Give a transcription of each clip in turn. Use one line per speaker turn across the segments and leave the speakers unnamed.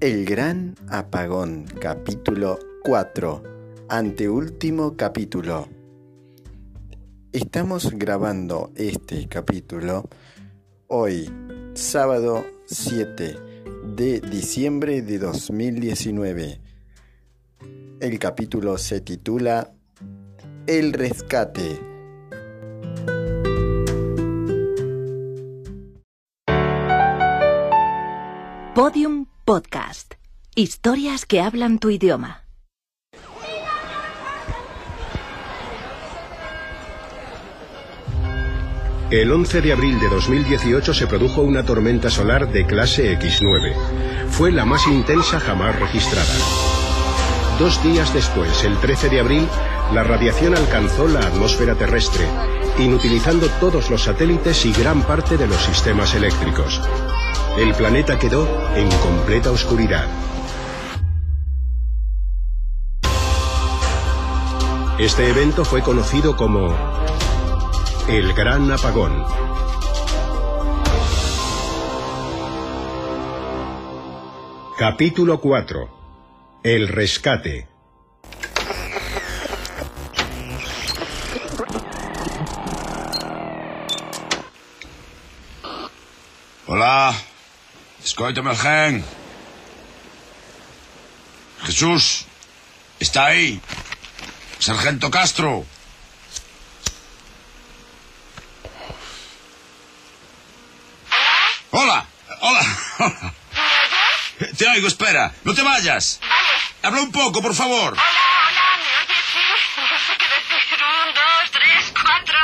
El Gran Apagón, capítulo 4, anteúltimo capítulo. Estamos grabando este capítulo hoy, sábado 7 de diciembre de 2019. El capítulo se titula El Rescate.
Podium Podcast. Historias que hablan tu idioma.
El 11 de abril de 2018 se produjo una tormenta solar de clase X9. Fue la más intensa jamás registrada. Dos días después, el 13 de abril, la radiación alcanzó la atmósfera terrestre, inutilizando todos los satélites y gran parte de los sistemas eléctricos. El planeta quedó en completa oscuridad. Este evento fue conocido como el Gran Apagón. Capítulo 4. El rescate.
Hola. Escóitame el gen. Jesús. Está ahí. Sargento Castro. Hola. Hola. Hola. Te oigo, espera. No te vayas. Habla un poco, por favor.
Hola, hola, ¿me oyes? Sí, no sé qué decir. Un, dos, tres, cuatro.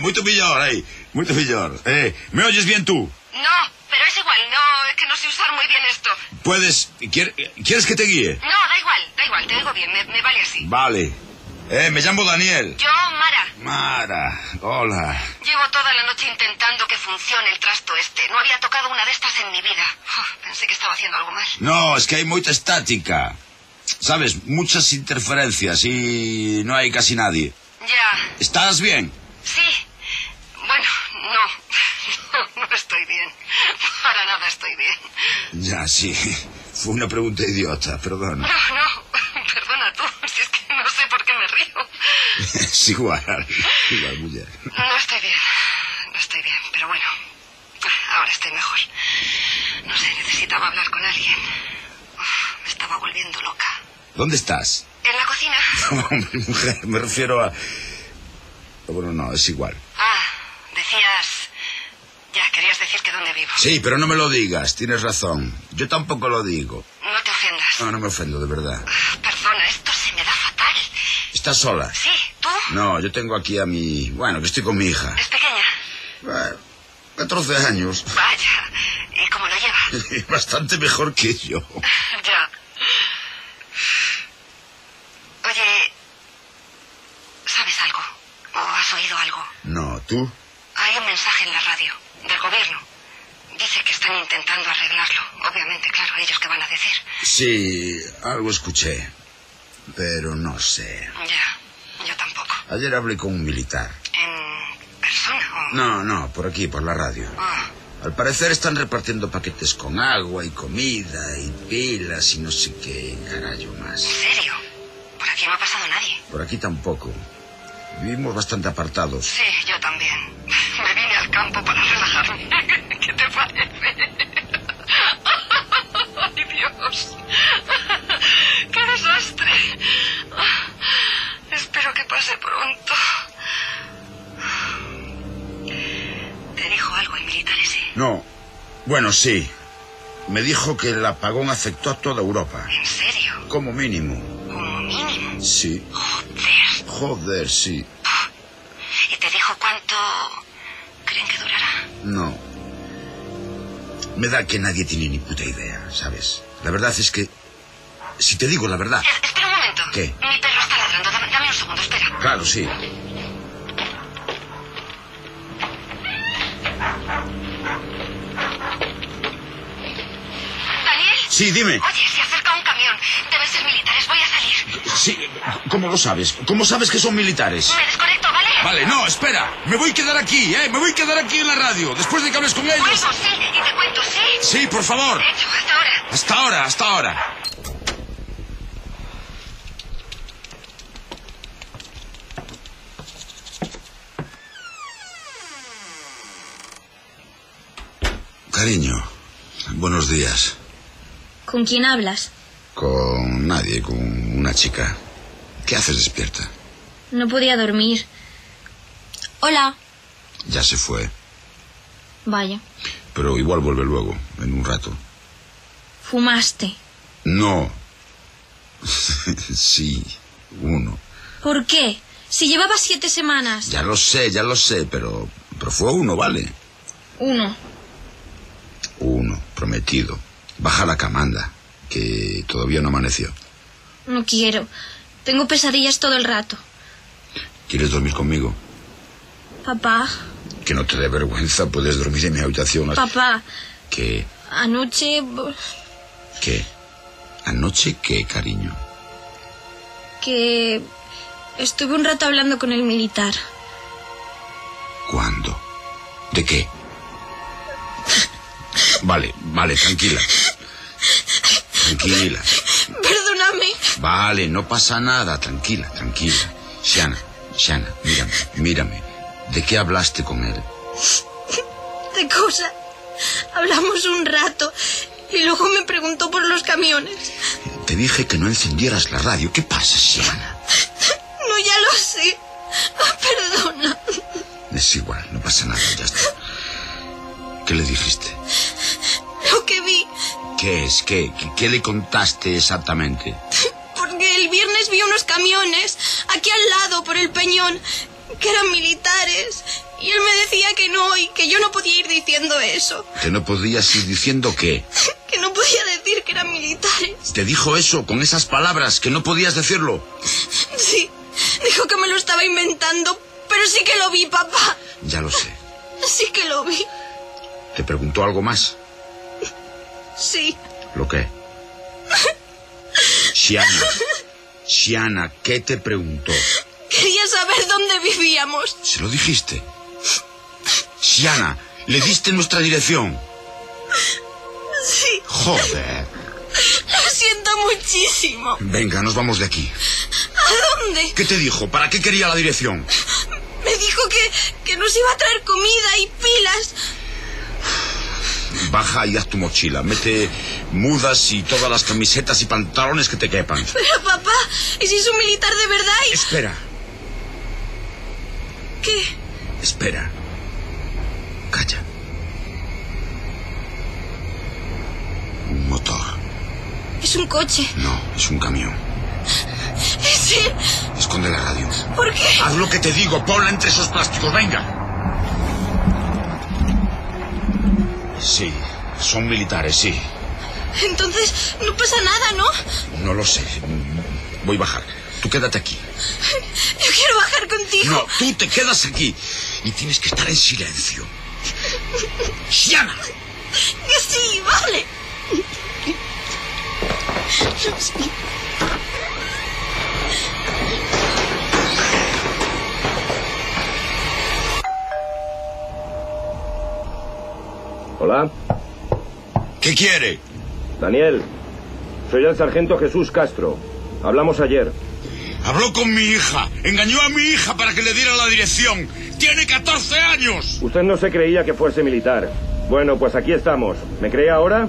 Muito mejor, eh. Muito mejor. Eh, ¿me oyes bien tú?
No, pero es igual, no, es que no sé usar muy bien esto.
Puedes... quier- ¿Quieres que te guíe?
No, da igual, da igual, te oigo bien, me, me vale así.
Vale. Eh, me llamo Daniel.
Yo, Mara,
Mara, hola.
llevo toda la noche intentando que funcione el trasto este. No había tocado una de estas en mi vida. Uf, pensé que estaba haciendo algo mal.
No, es que hay mucha estática. Sabes, muchas interferencias y no hay casi nadie.
Ya,
¿Estás bien?
sí. Bueno, no. No, no estoy bien. Para nada estoy bien.
Ya, sí. Fue una pregunta idiota, perdona.
No, no, perdona tú, si es que no sé por qué me río.
Es igual, igual, mujer.
No estoy bien. No estoy bien, pero bueno. Ahora estoy mejor. No sé, necesitaba hablar con alguien. Uf, me estaba volviendo loca.
¿Dónde estás?
¿En la cocina?
Hombre, mujer, me refiero a... Bueno, no, es igual.
Ah, decías. Ya, querías decir que dónde vivo.
Sí, pero no me lo digas, tienes razón. Yo tampoco lo digo.
No te ofendas.
No, no me ofendo, de verdad.
Perdona, esto se me da fatal.
¿Estás sola?
Sí, tú.
No, yo tengo aquí a mi... Bueno, que estoy con mi hija.
Es pequeña.
Bueno, 14 años.
Vaya. ¿Y cómo lo lleva?
Bastante mejor que yo.
ya. Oye. ¿Sabes algo? ¿O has oído algo?
No, tú.
Hay un mensaje en la radio, del gobierno. Dice que están intentando arreglarlo. Obviamente, claro, ellos qué van a decir.
Sí, algo escuché. Pero no sé.
Ya, yo tampoco.
Ayer hablé con un militar.
¿En persona o...?
No, no, por aquí, por la radio.
Ah,
Al parecer están repartiendo paquetes con agua y comida y pilas y no sé qué carajo
¿En
más.
serio? Por aquí no ha pasado nadie.
Por aquí tampoco. Vivimos bastante apartados.
Sí, yo también. Me vine al campo para relajarme. ¿Qué te parece? ¡Ay, Dios! ¡Qué desastre! Espero que pase pronto. ¿Te dijo algo ¿eh? el militar ese?
No. Bueno, sí. Me dijo que el apagón afectó a toda Europa.
¿En serio?
Como mínimo.
Como mínimo.
Sí.
Joder.
Joder, sí.
¿Y te dijo cuánto creen que durará?
No. Me da que nadie tiene ni puta idea, ¿sabes? La verdad es que... Si te digo la verdad.
Eh, espera un momento.
¿Qué?
Mi perro está ladrando. Dame, dame un segundo, espera.
Claro, sí.
¿Daniel?
Sí, dime.
Oye, se acerca un camión. Deben ser militares. Voy a salir.
Sí, ¿cómo lo sabes? ¿Cómo sabes que son militares?
Me desconecto, ¿vale?
Vale, no, espera. Me voy a quedar aquí, ¿eh? Me voy a quedar aquí en la radio, después de que hables con ellos.
Vuelvo, sí, y te cuento, sí.
Sí, por favor.
Hecho, hasta ahora.
Hasta ahora, hasta ahora. Cariño, buenos días.
¿Con quién hablas?
Con nadie, con una chica. ¿Qué haces despierta?
No podía dormir. Hola.
Ya se fue,
Vaya.
pero igual vuelve luego, en un rato.
Fumaste.
No. sí, uno.
¿Por qué? Si llevaba siete semanas.
Ya lo sé, ya lo sé, pero, pero fue uno, ¿vale?
Uno.
Uno, prometido. Baja la camanda, que todavía no amaneció.
No quiero. Tengo pesadillas todo el rato.
¿Quieres dormir conmigo?
Papá,
Que no te dé vergüenza, puedes dormir en mi habitación. hasta-
papá,
¿Qué?
anoche... bo-
¿Qué? ¿Anoche qué, cariño?
que... Estuve un rato hablando con el militar.
¿Cuándo? ¿De qué? Vale, vale, tranquila. Tranquila.
Perdóname.
Vale, no pasa nada, tranquila, tranquila. Shana, Shana, mírame, mírame. ¿De qué hablaste con él?
De cosa. Hablamos un rato y luego me preguntó por los camiones.
Te dije que no encendieras la radio. ¿Qué pasa, Shana?
No, ya lo sé. Ah, Perdona.
Es igual, no pasa nada, ya está. ¿Qué le dijiste?
Lo que vi.
¿Qué es? ¿Qué? ¿Qué, qué le contaste exactamente?
Porque el viernes vi unos camiones aquí al lado por el peñón que eran militares y él me decía que no y que yo no podía ir diciendo eso,
Que no podías ir diciendo qué.
que no podía decir que eran militares.
Te dijo eso con esas palabras, que no podías decirlo.
Sí, dijo que me lo estaba inventando, pero sí que lo vi, papá.
Ya lo sé.
Sí que lo vi.
¿Te preguntó algo más?
Sí.
¿Lo qué? Shiana. Shiana, ¿qué te preguntó?
Quería saber dónde vivíamos.
¿Se lo dijiste? Shiana, le diste nuestra dirección.
Sí,
Joder.
lo siento muchísimo.
Venga, nos vamos de aquí.
¿A dónde?
¿Qué te dijo? ¿Para qué quería la dirección?
Me dijo que, que nos iba a traer comida y pilas.
Baja y haz tu mochila. Mete mudas y todas las camisetas y pantalones que te quepan.
Pero papá, ¿y si es un militar de verdad? ¿Y
Espera,
qué?
espera. Calla. Un motor.
Es un coche.
No, es un camión.
Es él.
Esconde la radio.
¿Por qué?
Haz lo que te digo, ponla entre esos plásticos, venga. Sí, son militares, sí.
Entonces no pasa nada, ¿no?
No lo sé. Voy a bajar. Tú quédate aquí.
Yo quiero bajar contigo.
No, tú te quedas aquí. Y tienes que estar en silencio. ¡Shiana!
Que sí, vale.
Hola,
¿Qué quiere?
Daniel. Soy el sargento Jesús Castro. Hablamos ayer.
Habló con mi hija. Engañó a mi hija para que le diera la dirección. Tiene 14 años.
Usted no se creía que fuese militar. Bueno, pues aquí estamos. ¿Me cree ahora?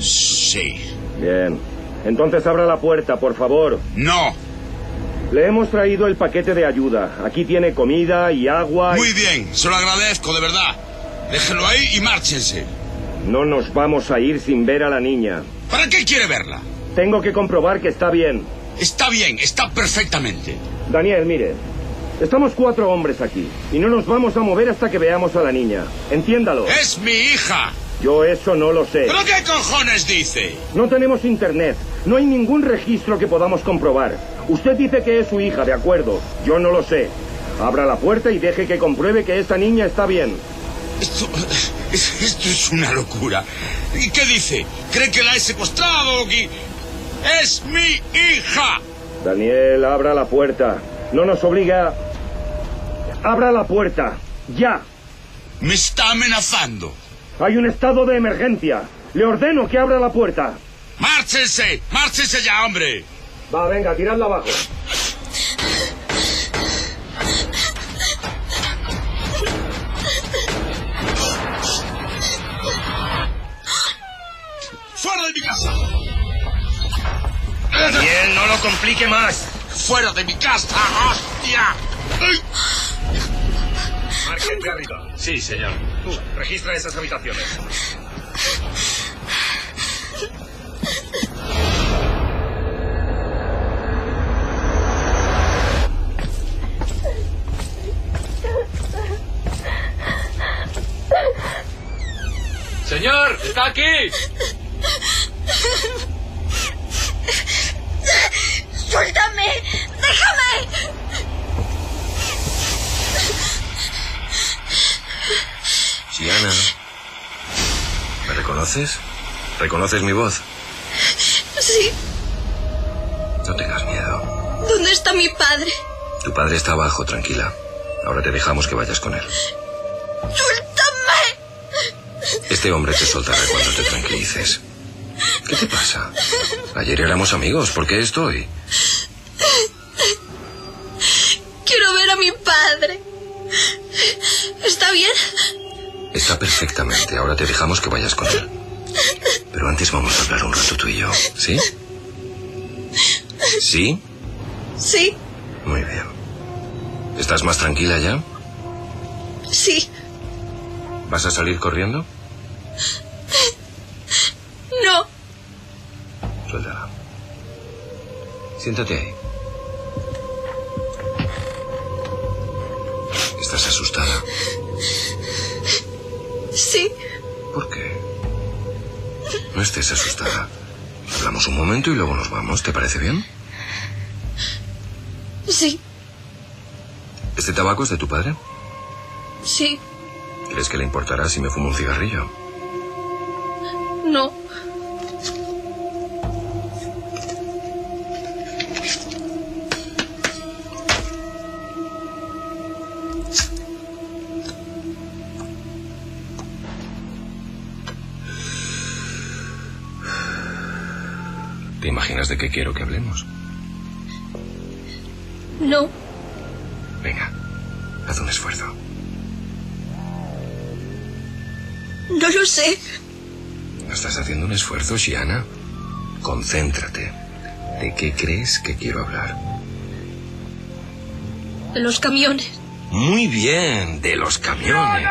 Sí.
Bien. Entonces abra la puerta, por favor.
No.
Le hemos traído el paquete de ayuda. Aquí tiene comida y agua. y-
Muy bien. Se lo agradezco, de verdad. Déjelo ahí y márchense.
No nos vamos a ir sin ver a la niña.
¿Para qué quiere verla?
Tengo que comprobar que está bien.
Está bien, está perfectamente.
Daniel, mire. Estamos cuatro hombres aquí y no nos vamos a mover hasta que veamos a la niña. Entiéndalo.
Es mi hija.
Yo eso no lo sé.
Eh. ¿Pero qué cojones dice?
No tenemos internet. No hay ningún registro que podamos comprobar. Usted dice que es su hija, de acuerdo. Yo no lo sé. Abra la puerta y deje que compruebe que esta niña está bien.
Esto, es- esto es una locura. ¿Y qué dice? ¿Cree que la he secuestrado o que- ¡Es mi hija!
Daniel, abra la puerta. No nos obliga. Abra la puerta. Ya.
Me está amenazando.
Hay un estado de emergencia. Le ordeno que abra la puerta.
¡Márchense! ¡Márchense ya, hombre!
Va, venga, tiradla abajo.
¡Fuera de mi casa!
Bien, no lo complique más.
¡Fuera de mi casa! ¡Hostia! ¡Ay!
Márquense arriba. Sí, señor. Tú, registra esas habitaciones. Señor, está aquí.
¡Suéltame! ¡Déjame!
Siana. ¿Me reconoces? ¿Reconoces mi voz?
Sí,
No tengas miedo.
¿dónde está mi padre?
Tu padre está abajo, tranquila. Ahora te dejamos que vayas con él.
¡Suéltame!
Este hombre te soltará cuando te tranquilices. ¿Qué te pasa? Ayer éramos amigos, ¿por qué estoy?
Quiero ver a mi padre. ¿Está bien?
Está perfectamente, ahora te dejamos que vayas con él. Pero antes vamos a hablar un rato tú y yo, ¿sí? ¿Sí?
Sí,
Muy bien. ¿Estás más tranquila ya?
sí.
¿Vas a salir corriendo?
No,
Suéltala. Siéntate ahí. ¿Estás asustada?
sí.
¿Por qué? No estés asustada. Hablamos un momento y luego nos vamos, ¿te parece bien?
Sí,
¿Este tabaco es de tu padre?
sí.
¿Crees que le importará si me fumo un cigarrillo?
No.
¿Te imaginas de qué quiero que hablemos?
No.
Venga, haz un esfuerzo.
No lo sé.
Estás haciendo un esfuerzo, Shiana. Concéntrate. ¿De qué crees que quiero hablar?
De los camiones.
Muy bien, de los camiones.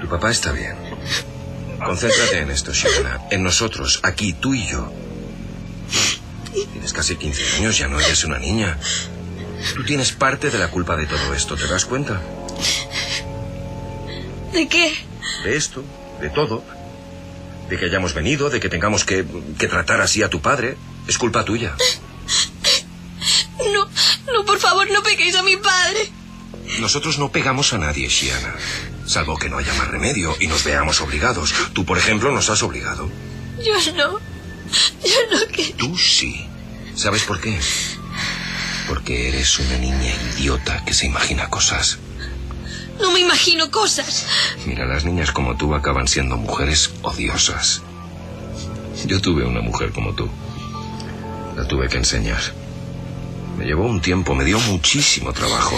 Tu papá está bien. Concéntrate en esto, Shiana. En nosotros, aquí, tú y yo. Tienes casi 15 años, ya no eres una niña. Tú tienes parte de la culpa de todo esto, ¿te das cuenta?
¿De qué?
de esto, de todo, de que hayamos venido, de que tengamos que, que tratar así a tu padre, es culpa tuya.
No, no, por favor, no peguéis a mi padre.
Nosotros no pegamos a nadie, Shiana. Salvo que no haya más remedio y nos veamos obligados. Tú, por ejemplo, nos has obligado.
Yo no. Yo no que.
Tú sí. ¿Sabes por qué? Porque eres una niña idiota que se imagina cosas.
No me imagino cosas.
Mira, las niñas como tú acaban siendo mujeres odiosas. Yo tuve una mujer como tú. La tuve que enseñar. Me llevó un tiempo, me dio muchísimo trabajo.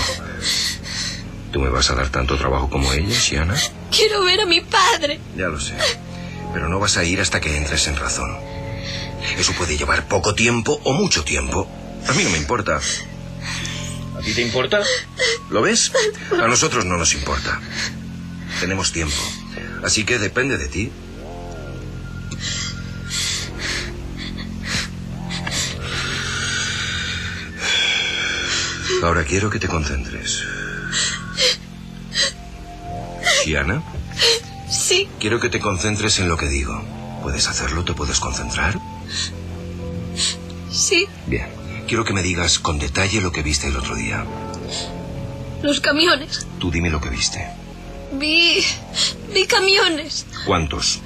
¿Tú me vas a dar tanto trabajo como ella, Siana?
Quiero ver a mi padre.
Ya lo sé. Pero no vas a ir hasta que entres en razón. Eso puede llevar poco tiempo o mucho tiempo. A mí no me importa. ¿A ti te importa? ¿Lo ves? A nosotros no nos importa. Tenemos tiempo. Así que depende de ti. Ahora quiero que te concentres. Gianna.
Sí,
Quiero que te concentres en lo que digo. ¿Puedes hacerlo? ¿Te puedes concentrar?
sí.
Bien. Quiero que me digas con detalle lo que viste el otro día.
Los camiones.
Tú dime lo que viste.
Vi. Vi camiones.
¿Cuántos?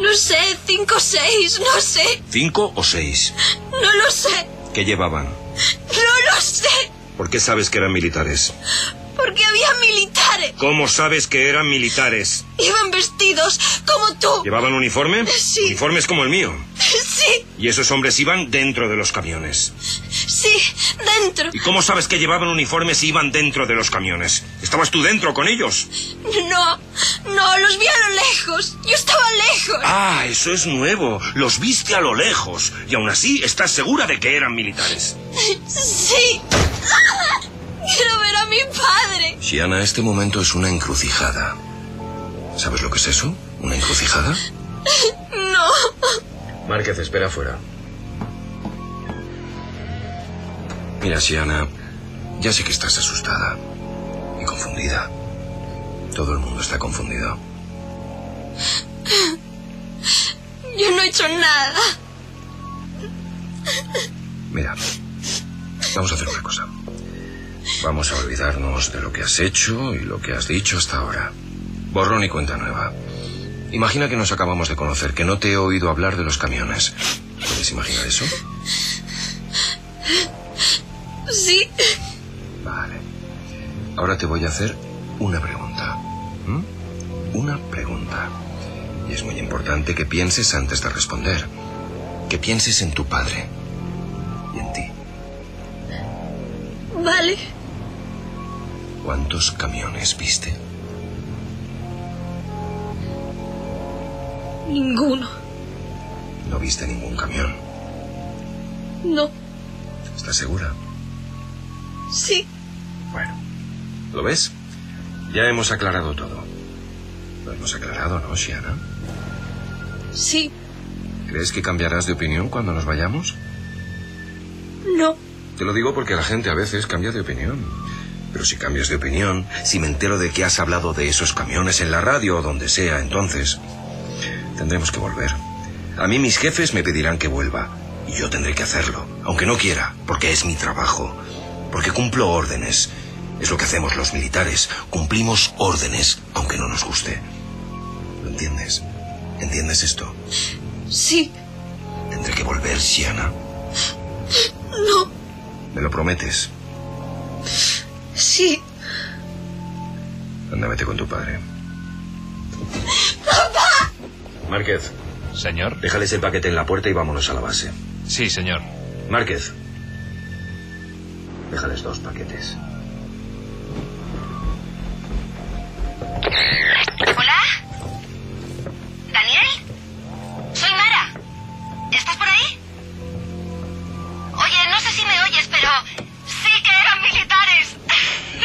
No sé, cinco o seis. No sé.
¿Cinco o seis?
No lo sé.
¿Qué llevaban?
No lo sé.
¿Por qué sabes que eran militares?
Porque había militares.
¿Cómo sabes que eran militares?
Iban vestidos como tú.
¿Llevaban uniforme?
Sí.
Uniformes como el mío.
Sí,
Y esos hombres iban dentro de los camiones.
sí, dentro.
¿Y cómo sabes que llevaban uniformes y iban dentro de los camiones? ¿Estabas tú dentro con ellos?
No, no, los vi a lo lejos. Yo estaba lejos.
Ah, eso es nuevo. Los viste a lo lejos. Y aún así estás segura de que eran militares.
Sí. Quiero ver a mi padre.
Shiana, este momento es una encrucijada. ¿Sabes lo que es eso? ¿Una encrucijada?
No.
Márquez, espera afuera. Mira, Siana, ya sé que estás asustada y confundida. Todo el mundo está confundido.
Yo no he hecho nada.
Mira, vamos a hacer una cosa. Vamos a olvidarnos de lo que has hecho y lo que has dicho hasta ahora. Borrón y cuenta nueva. Imagina que nos acabamos de conocer, que no te he oído hablar de los camiones. ¿Puedes imaginar eso?
Sí.
Vale. Ahora te voy a hacer una pregunta. ¿m? Una pregunta. Y es muy importante que pienses antes de responder. Que pienses en tu padre. Y en ti.
Vale.
¿Cuántos camiones viste?
Ninguno.
No viste ningún camión.
No.
¿Estás segura?
Sí.
Bueno. ¿Lo ves? Ya hemos aclarado todo. Lo hemos aclarado, ¿no, Shiana?
Sí.
¿Crees que cambiarás de opinión cuando nos vayamos?
No.
Te lo digo porque la gente a veces cambia de opinión. Pero si cambias de opinión, si me entero de que has hablado de esos camiones en la radio o donde sea, entonces tendremos que volver. A mí mis jefes me pedirán que vuelva y yo tendré que hacerlo, aunque no quiera, porque es mi trabajo, porque cumplo órdenes. Es lo que hacemos los militares, cumplimos órdenes, aunque no nos guste. ¿Lo entiendes? ¿Entiendes esto?
Sí.
Tendré que volver, Siana.
No.
¿Me lo prometes?
Sí.
Anda, vete con tu padre. ¡Papá! Márquez,
Señor.
déjales el paquete en la puerta y vámonos a la base.
Sí, señor.
Márquez. Déjales dos paquetes.
¿Hola? ¿Daniel? Soy Mara. ¿Estás por ahí? Oye, no sé si me oyes, pero sí que eran militares.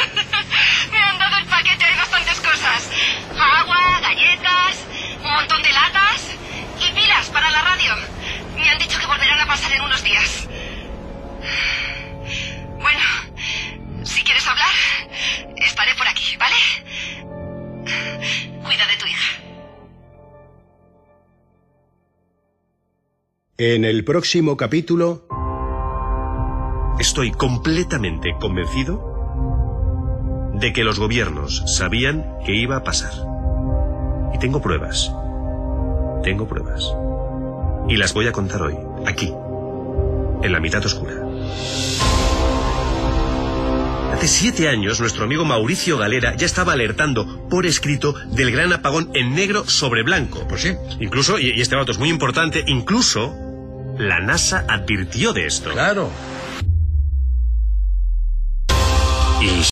me han dado el paquete de bastantes cosas. Agua, galletas, un montón de latas y pilas para la radio. Me han dicho que volverán a pasar en unos días. Bueno, si quieres hablar, estaré por aquí, ¿vale? Cuida de tu hija.
En el próximo capítulo,
Estoy completamente convencido de que los gobiernos sabían que iba a pasar. Y tengo pruebas. Tengo pruebas. Y las voy a contar hoy, aquí, en la mitad oscura. Hace siete años, nuestro amigo Mauricio Galera ya estaba alertando por escrito del gran apagón en negro sobre blanco. Pues sí. Incluso, y, y este dato es muy importante, incluso la NASA advirtió de esto. Claro. Y